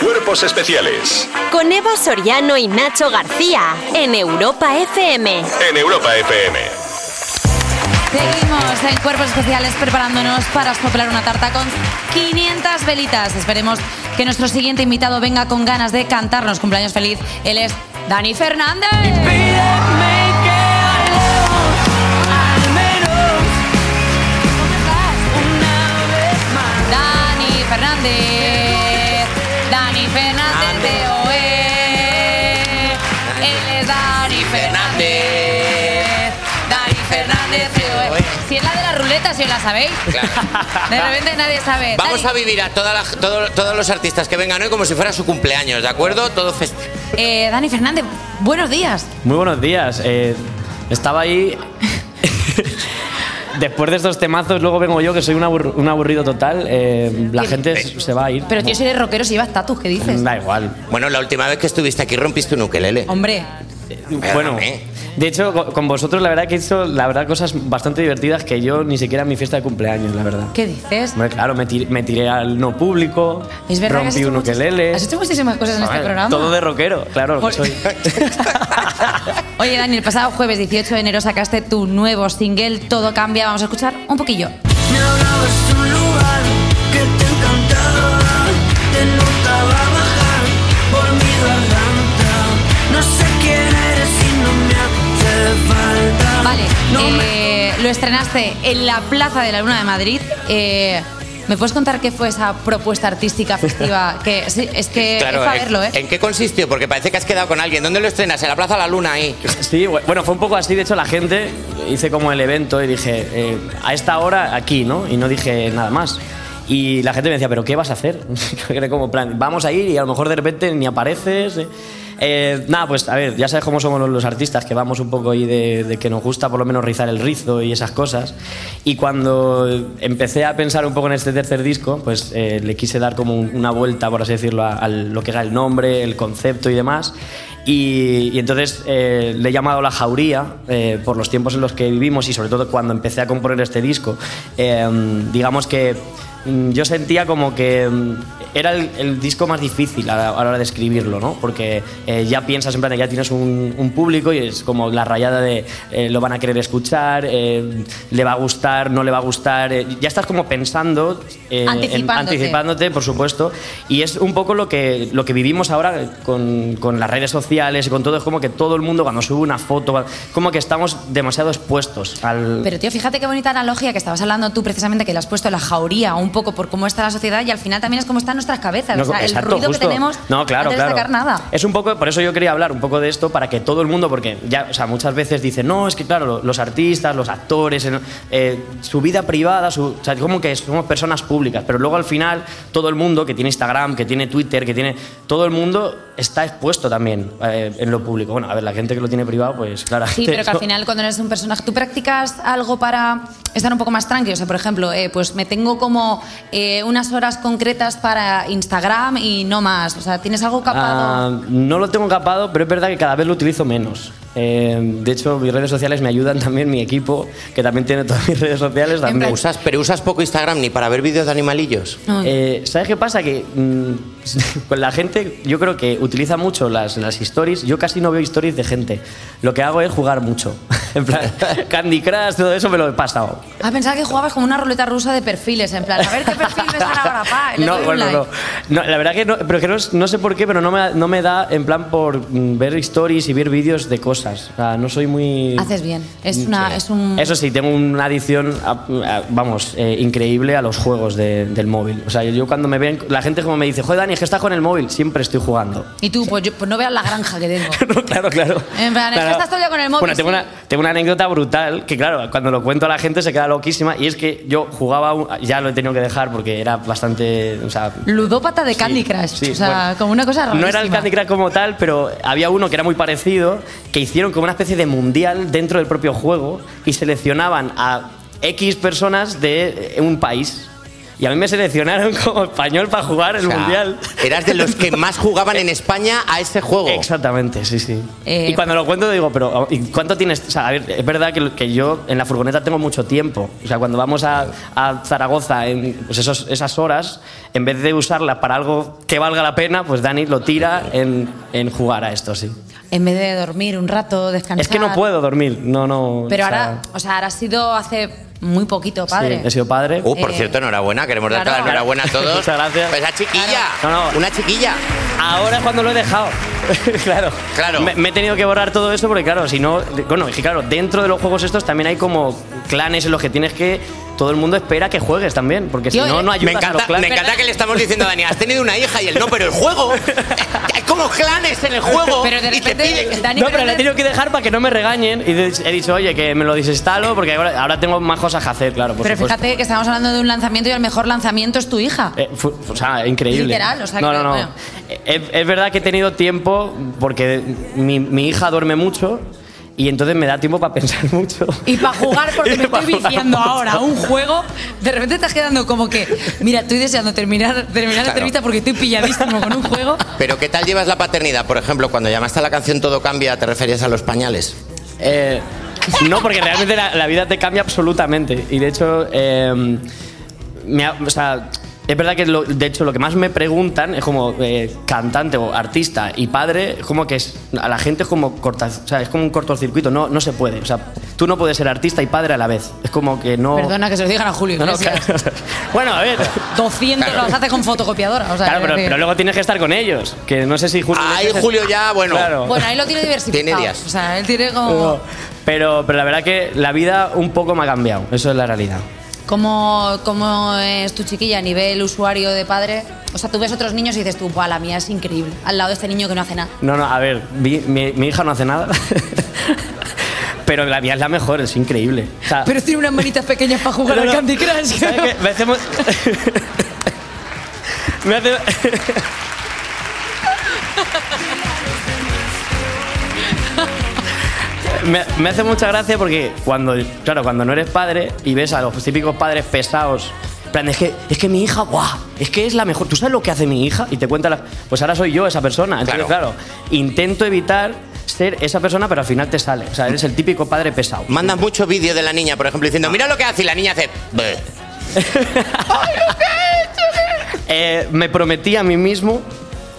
Cuerpos especiales Con Eva Soriano y Nacho García en Europa FM. en Europa FM. Seguimos en Cuerpos Especiales preparándonos para soplar una tarta con 500 velitas. Esperemos que nuestro siguiente invitado venga con ganas de cantarnos cumpleaños feliz. Él es Dani Fernández. Dani Fernández. Dani Fernández de OE. Él es Dani Fernández. Dani Fernández de OE. Si es la de las ruletas, si os la sabéis. Claro. De repente nadie sabe. Vamos Dani, a vivir a toda la- todo- todos los artistas que vengan hoy como si fuera su cumpleaños, ¿de acuerdo? Todo fest- eh, Dani Fernández, buenos días. Muy buenos días. eh, estaba ahí. Después de estos temazos, luego vengo yo, que soy un, abur- un aburrido total. eh, la gente s- se va a ir. Mm, Pero tío, si eres rockero, si llevas tatus, ¿qué dices? Da igual. Bueno, la última vez que estuviste aquí rompiste un ukelele. Hombre, Perdóname. Bueno, de hecho, co- con vosotros la verdad que he hecho la verdad, cosas bastante divertidas que yo ni siquiera en mi fiesta de cumpleaños, la verdad. ¿qué dices? Hombre, claro, me tiré, me tiré al no público, Es verdad que has rompí hecho un muchas- ukelele. Has hecho muchísimas cosas en este Joder, programa. Todo de rockero, claro. que Por- soy. Oye, Dani, el pasado jueves 18 de enero sacaste tu nuevo single, Todo Cambia. Vamos a escuchar un poquillo. Me hablabas de un lugar que te encantaba, te notaba bajar por mi garganta. No sé quién eres y no me hace falta. Vale, No me- eh, lo estrenaste en la Plaza de la Luna de Madrid. Eh, ¿Me puedes contar qué fue esa propuesta artística festiva? que sí, es que Claro, es para ¿en- verlo, ¿eh? ¿En qué consistió? Porque parece que has quedado con alguien. ¿Dónde lo estrenas? En la Plaza La Luna ahí. Sí, bu- bueno, fue un poco así. De hecho, la gente hice como el evento y dije, eh, a esta hora aquí, ¿no? Y no dije nada más. Y la gente me decía, ¿pero qué vas a hacer? Era como plan, vamos a ir y a lo mejor de repente ni apareces. eh. Eh, nada, pues a ver, ya sabes cómo somos los, los artistas, que vamos un poco ahí de, de que nos gusta por lo menos rizar el rizo y esas cosas. Y cuando empecé a pensar un poco en este tercer disco, pues eh, le quise dar como un- una vuelta, por así decirlo, a, a lo que era el nombre, el concepto y demás. Y, y entonces eh, le he llamado La Jauría eh, por los tiempos en los que vivimos y sobre todo cuando empecé a componer este disco. Eh, digamos que mm, yo sentía como que mm, era el, el disco más difícil a la, a la hora de escribirlo, ¿no? Porque eh, ya piensas en plan, ya tienes un, un público y es como la rayada de eh, lo van a querer escuchar, eh, le va a gustar, no le va a gustar. eh, ya estás como pensando, eh, en- Anticipándote. anticipando Dándote, por supuesto. Y es un poco lo que, lo que vivimos ahora con, con las redes sociales y con todo. Es como que todo el mundo cuando sube una foto, como que estamos demasiado expuestos al... Pero tío, fíjate qué bonita analogía que estabas hablando tú precisamente, que le has puesto la jauría un poco por cómo está la sociedad y al final también es cómo están nuestras cabezas. No, o sea, exacto, el ruido justo. que tenemos no, claro, antes claro. de sacar nada. Es un poco, por eso yo quería hablar un poco de esto, para que todo el mundo, porque ya, o sea, muchas veces dicen, no, es que claro, lo- los artistas, los actores, en- eh, su vida privada, su, o sea, como que somos personas públicas, pero luego al final todo el mundo que tiene Instagram, que tiene Twitter, que tiene, todo el mundo está expuesto también eh, en lo público. Bueno, a ver, la gente que lo tiene privado, pues claro. Sí, pero que al final cuando eres un personaje, tú practicas algo para estar un poco más tranquilo. O sea, por ejemplo, eh, pues me tengo como eh, unas horas concretas para Instagram y no más. O sea, tienes algo capado. Ah, no lo tengo capado, pero es verdad que cada vez lo utilizo menos. Eh, de hecho, mis redes sociales me ayudan también, mi equipo, que también tiene todas mis redes sociales, también Pero usas, pero usas poco Instagram ni para ver vídeos de animalillos. Ay. Eh, ¿Sabes qué pasa? Que mm, con la gente yo creo que utiliza mucho las, las stories. Yo casi no veo stories de gente. Lo que hago es jugar mucho. en plan, Candy Crush, todo eso me lo he pasado. Ah, pensaba que jugabas como una ruleta rusa de perfiles, en plan, a ver qué perfil me sale ahora, pa. y le doy No, un bueno, like. no. No, La verdad que no, pero que no, es- no sé por qué, pero no me, no me da en plan por mm, ver stories y ver vídeos de cosas. O sea, no soy muy... Mm, Haces bien. Es una, Sí. es un. Eso sí, tengo una adicción, a- a- vamos, eh, increíble a los juegos de- del móvil. O sea, yo cuando me ven, la gente como me dice, joder, Dani, es que estás con el móvil, siempre estoy jugando. Y tú, pues, yo- pues no veas la granja que tengo. No, claro, claro. En plan, es que estás todo el día con el móvil, Bueno, tengo, sí. una, tengo una anécdota brutal que, claro, cuando lo cuento a la gente se queda loquísima. Y es que yo jugaba, un- ya lo he tenido que dejar porque era bastante. O sea, Ludópata de Candy Crush. sí, o sea, bueno. como una cosa rarísima. no era el Candy Crush como tal, pero había uno que era muy parecido, que hicieron como una especie de mundial dentro del propio juego y seleccionaban a X personas de eh, un país. Y a mí me seleccionaron como español para jugar el O sea, mundial. Eras de los que más jugaban en España a ese juego. Exactamente, sí, sí. Eh, y cuando lo cuento digo, pero ¿y cuánto tienes? O sea, a ver, es verdad que, que yo en la furgoneta tengo mucho tiempo. O sea, cuando vamos a, a Zaragoza, en pues esos- esas horas, en vez de usarlas para algo que valga la pena, pues Dani lo tira en, en jugar a esto, sí. En vez de dormir un rato, descansar. Es que no puedo dormir, no, no. Pero o sea, ahora, o sea, ahora has sido hace muy poquito sí, padre. he sido padre. Uh, por Eh, cierto, enhorabuena. Queremos darte claro. la enhorabuena a todos. Muchas gracias. Pues esa chiquilla. Claro. No, no. Una chiquilla. Ahora es cuando lo he dejado. claro. Claro. Me, me he tenido que borrar todo eso porque, claro, si no. Bueno, es que, claro, dentro de los juegos estos también hay como clanes en los que tienes que. Todo el mundo espera que juegues también, porque si Yo- eh, no, no Me ayudas a los encanta, me clanes. encanta que le estamos diciendo a Dani, has tenido una hija y él no, pero el juego. Hay como clanes en el juego. Pero de y te repente, piden- Dani, no, pero le he Fernández- tenido que dejar para que no me regañen. Y de- he dicho, oye, que me lo desinstalo porque ahora, ahora tengo más cosas que hacer, claro. Por Pero supuesto. fíjate que estamos hablando de un lanzamiento y el mejor lanzamiento es tu hija. Eh, fu- o sea, increíble. Literal, o sea, no, que- no, no. bueno. Eh, Es, es verdad que he tenido tiempo porque mi, mi hija duerme mucho y entonces me da tiempo para pensar mucho. Y para jugar, porque Y me pa' estoy jugar viciando mucho. ahora a un juego, de repente estás quedando como que, mira, estoy deseando terminar, terminar la entrevista porque estoy pilladísimo con un juego. Pero ¿qué tal llevas la paternidad? Por ejemplo, cuando llamaste a la canción Todo Cambia, ¿te referías a los pañales? Eh, no, porque realmente la, la vida te cambia absolutamente. Y de hecho, eh, me ha- o sea, es verdad que lo- de hecho lo que más me preguntan es como eh, cantante o artista y padre, es como que es, a la gente es como, corta, o sea, es como un cortocircuito, no, no se puede. O sea, tú no puedes ser artista y padre a la vez. Es como que no... Perdona que se lo digan a Julio No, no, Iglesias. claro. bueno, a ver. 200 los hace con fotocopiadora. O sea, Claro, pero, que- pero luego tienes que estar con ellos. Que no sé si Julio. Ahí Iglesias- Julio ya, bueno. Claro. Bueno, ahí lo tiene diversificado. Tiene días. O sea, él tiene como, Pero, pero, la verdad que la vida un poco me ha cambiado. Eso es la realidad. como, como es tu chiquilla a nivel usuario de padre. O sea, tú ves otros niños y dices tú, "Buah, la mía es increíble. Al lado de este niño que no hace nada. No, no, a ver, vi- mi, mi hija no hace nada. pero la mía es la mejor, es increíble. O sea, Pero tiene unas manitas pequeñas para jugar Ah. No, al no. Candy Crush. ¿sabes qué? Me hacemos. me hace. Me, me hace mucha gracia porque cuando, claro, cuando no eres padre y ves a los típicos padres pesados, en plan, es que, es que mi hija, guau, es que es la mejor. ¿Tú sabes lo que hace mi hija? Y te cuenta, la- pues ahora soy yo esa persona. Entonces, Claro. claro. intento evitar ser esa persona, pero al final te sale. O sea, eres el típico padre pesado. Mandas mucho vídeo de la niña, por ejemplo, diciendo, mira lo que hace y la niña hace... "Bleh". Eh, me prometí a mí mismo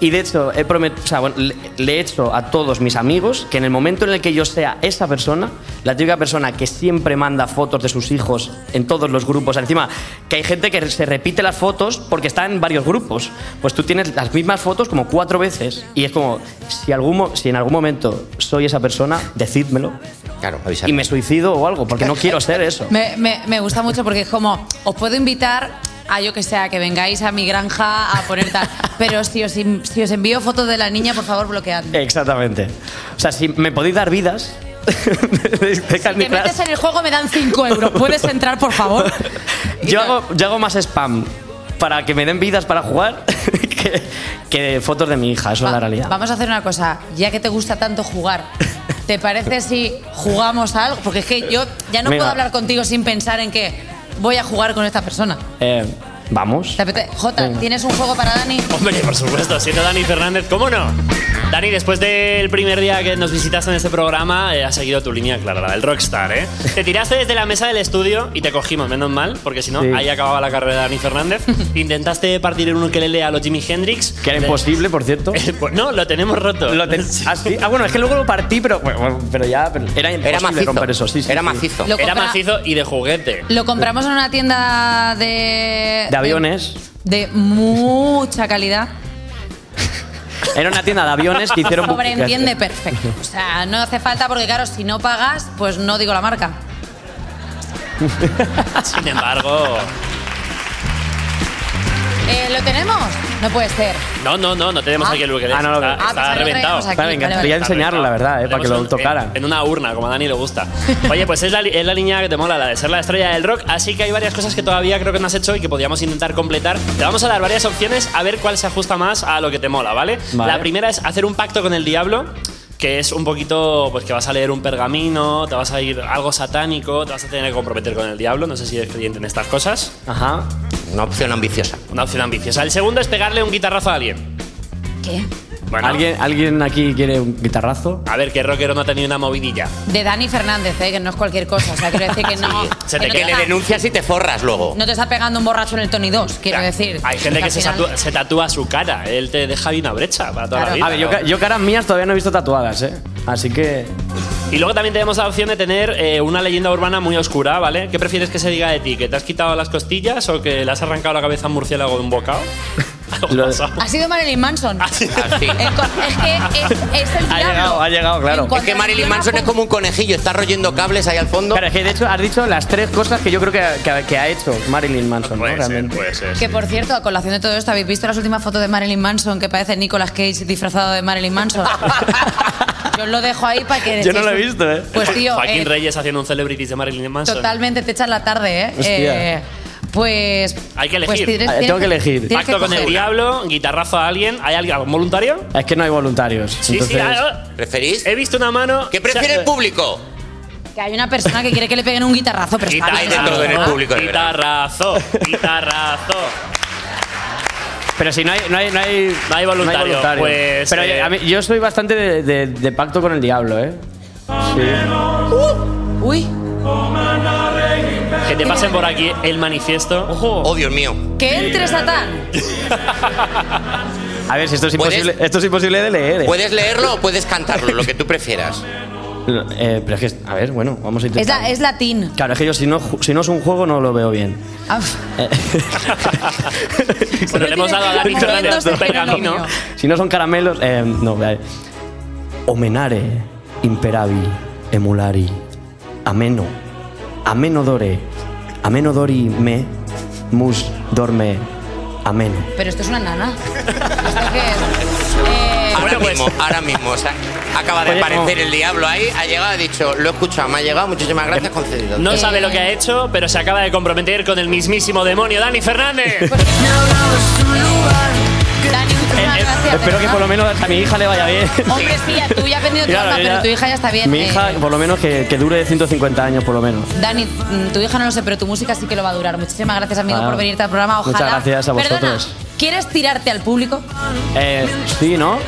y de hecho he promet- o sea, bueno, le, le he hecho a todos mis amigos que en el momento en el que yo sea esa persona, la típica persona que siempre manda fotos de sus hijos en todos los grupos, encima que hay gente que se repite las fotos porque está en varios grupos, pues tú tienes las mismas fotos como cuatro veces y es como si, algún, mo- si en algún momento soy esa persona, decídmelo Claro, avisar. y me suicido o algo porque no quiero ser eso. Me, me- me gusta mucho porque es como, os puedo invitar a yo que sea, que vengáis a mi granja a poner tal. Pero si os, in- si os envío fotos de la niña, por favor, Eh, bloqueadme. Exactamente. O sea, si me podéis dar vidas. de- de Candy Te Crush. metes en el juego, me dan 5 euros. ¿Puedes entrar, por favor? Yo hago, yo hago más spam para que me den vidas para jugar que, que fotos de mi hija, eso es la Va- realidad. Vamos a hacer una cosa. Ya que te gusta tanto jugar, ¿te parece si jugamos a algo? Porque es que yo ya no puedo Venga. hablar contigo sin pensar en que voy a jugar con esta persona. Eh, vamos. ¿Te apetece? Jota, Venga. ¿tienes un juego para Dani? Hombre, por supuesto, siendo Dani Fernández, ¿cómo no? Dani, después del primer día que nos visitaste en este programa, eh, has seguido tu línea clara, la del rockstar, ¿eh? Te tiraste desde la mesa del estudio y te cogimos, menos mal, porque si no, Sí. ahí acababa la carrera de Dani Fernández. Intentaste partir en un ukelele a los Jimi Hendrix. Que era imposible, por cierto. Eh, pues no, lo tenemos roto. Lo ten- ah, sí. Ah, bueno, es que luego lo partí, pero, bueno, bueno, pero ya pero era imposible Era macizo. romper eso. Sí, sí, Era sí. macizo. Lo Era compra- macizo y de juguete. Lo compramos en una tienda de. De aviones. De, de mucha calidad. Era una tienda de aviones que hicieron... bu- Sobreentiende perfecto. O sea, no hace falta porque, claro, si no pagas, pues no digo la marca. Sin embargo, Eh, ¿Lo tenemos? No puede ser. no, no, no, no tenemos Ah. aquí el ukelele. Ah, no lo está, veo. está Ah, pensaba que lo reventado. traíamos aquí. Claro, venga, Vale, vale. quería enseñarlo, la verdad, eh, para que lo Tenemos un- tocaran. En, en una urna, como a Dani le gusta. Oye, pues es la, li- es la línea que te mola, la de ser la estrella del rock. Así que hay varias cosas que todavía creo que no has hecho y que podríamos intentar completar. Te vamos a dar varias opciones a ver cuál se ajusta más a lo que te mola, ¿vale? Vale. La primera es hacer un pacto con el diablo. Que es un poquito, pues que vas a leer un pergamino, te vas a ir algo satánico, te vas a tener que comprometer con el diablo. No sé si eres creyente en estas cosas. Ajá. Una opción ambiciosa. Una opción ambiciosa. El segundo es pegarle un guitarrazo a alguien. ¿Qué? Bueno, ¿Alguien, ¿Alguien aquí quiere un guitarrazo? A ver, que rockero no ha tenido una movidilla. De Dani Fernández, ¿eh? que no es cualquier cosa. O sea, quiero decir que no. se te no Ah. quede Que le está- denuncias y te forras luego. No te está pegando un borracho en el Tony 2, quiero O sea, decir. Hay gente que al se final- tatúa, se tatúa su cara. Él te deja ahí una brecha para toda Claro. la vida. A ver, yo, ca- yo caras mías todavía no he visto tatuadas, ¿eh? Así que. Y luego también tenemos la opción de tener eh, una leyenda urbana muy oscura, ¿vale? ¿Qué prefieres que se diga de ti? ¿Que te has quitado las costillas o que le has arrancado la cabeza a un murciélago de un bocado? Algo Lo- pasado. Ha sido Marilyn Manson. Ah, Así. Eh, En co- Es que es, es el Ha diablo. llegado, ha llegado, claro. En Es Es cuanto que Marilyn menciona Manson es pun- como un conejillo, está royendo cables ahí al fondo. Claro, es que de hecho has dicho las tres cosas que yo creo que, que- que ha hecho Marilyn Manson, ¿no? Puede ser, pues. Realmente. puede ser. Que por cierto, a colación de todo esto, ¿habéis visto las últimas fotos de Marilyn Manson que parece Nicolas Cage disfrazado de Marilyn Manson? Yo os lo dejo ahí para que. Yo no lo he echéis un- visto, ¿eh? Pues tío, Joaquín eh, Reyes haciendo un celebrity de Marilyn Manson. totalmente te echas la tarde, ¿eh? Hostia. Eh, pues. Hay que pues elegir. tienes- Ah, tienes tengo que elegir. tienes Pacto con el coger. diablo, guitarrazo a alguien. ¿Hay alguien, algún voluntario? Es que no hay voluntarios. Sí, entonces, sí, ah, ah. Eh, ¿Referís? He visto una mano. ¿Qué prefiere el público? Que hay una persona que quiere que le peguen un guitarrazo, pero está Guitarrazo, Hay bien. de todo en el público, de verdad. Guitarrazo, guitarrazo. Pero si no hay, no hay, no hay, No hay voluntario, pues, Pero eh, a mí- yo soy bastante de, de- de pacto con el diablo, ¿eh? Sí. Uy, Que te pasen por aquí el manifiesto. Oh, Dios mío. que entre Satán. A ver, si esto es ¿Puedes? imposible, esto es imposible de leer. ¿eh? Puedes leerlo o puedes cantarlo, lo que tú prefieras. Eh, pero es que, a ver, bueno, vamos a Es, intentar. la, es latín. Claro, es que yo si no, ju- si no es un juego no lo veo bien. Ah, Eh. Bueno, le hemos dado a Dani Moviéndose Fernández pero un lo pergamino. mío. Si no son caramelos, eh, no. vale. Omenare, imperavi, emulari, ameno, ameno dore, ameno dori me, mus dorme, ameno. Pero esto es una nana. ¿Esto qué es? Eh, Ahora Bueno, pues. mismo, ahora mismo. o sea, acaba de Oye, aparecer como- el diablo ahí, ha llegado, ha dicho, lo he escuchado, me ha llegado, muchísimas gracias, concedido. No sabe lo que ha hecho, pero se acaba de comprometer con el mismísimo demonio, Dani Fernández. Me hablabas tú un lugar que Dani, muchísimas gracias. eh, Espero que ¿verdad? por lo menos a mi hija le vaya bien. Hombre, sí, ya- tú ya has vendido tu Claro, alma, yo pero ya- tu hija ya está bien. Mi eh. hija, por lo menos que, que dure 150 años, por lo menos. Dani, mm, tu hija no lo sé, pero tu música sí que lo va a durar. Muchísimas gracias, amigo, Ah, por venirte al programa. Ojalá. muchas gracias a Perdona, vosotros. ¿Quieres tirarte al público? Eh, sí, ¿no?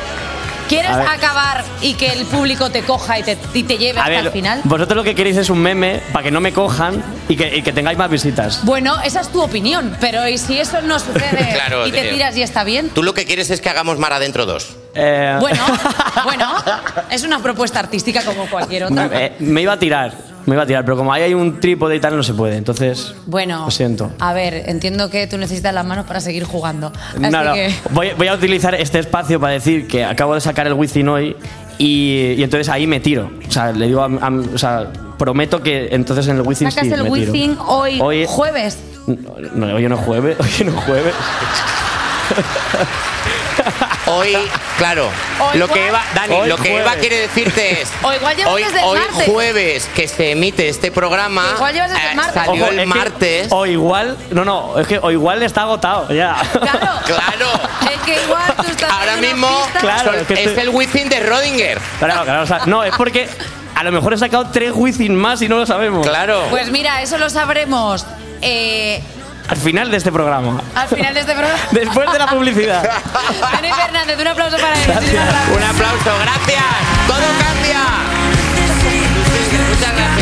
¿Quieres A ver. acabar y que el público te coja y te, y te lleve A hasta el ver, final? vosotros lo que queréis es un meme para que no me cojan y que, y que tengáis más visitas. Bueno, esa es tu opinión, pero ¿y si eso no sucede Claro, y te tío. tiras y está bien? Tú lo que quieres es que hagamos Mar Adentro 2. Eh, Bueno, bueno, es una propuesta artística como cualquier otra. Eh, me iba a tirar, me iba a tirar, pero como ahí hay un trípode y tal, no se puede. Entonces, Bueno, lo siento. A ver, entiendo que tú necesitas las manos para seguir jugando. Así No, no, que Voy, voy a utilizar este espacio para decir que acabo de sacar el Wizzing hoy y, y entonces ahí me tiro. O sea, le digo a, a- o sea, prometo que entonces en el Wizzing sacas sí el me tiro. Wizzing hoy, jueves. No, hoy no es jueves, hoy no es jueves. Hoy, claro, Hoy lo que jueves. Eva, Dani, Hoy lo que jueves. Eva quiere decirte es O igual llevas hoy, desde el hoy martes. jueves que se emite este programa, Igual llevas desde el eh, martes. salió Ojo, es que- el martes. O igual, no, no, es que o igual está agotado ya. Claro. Claro. Es que igual tú estás Ahora haciendo mismo una pista. Claro, son- es que es estoy- el Wizzing de Rodinger. Claro, claro, o sea, no, es porque a lo mejor he sacado tres Wizzing más y no lo sabemos. Claro. Pues mira, eso lo sabremos eh, Al final de este programa. al final de este programa. Después de la publicidad. Dani Fernández, un aplauso para él. Muchísimas gracias. Un aplauso, gracias. Todo cambia. antes sí, desde Muchas gracias.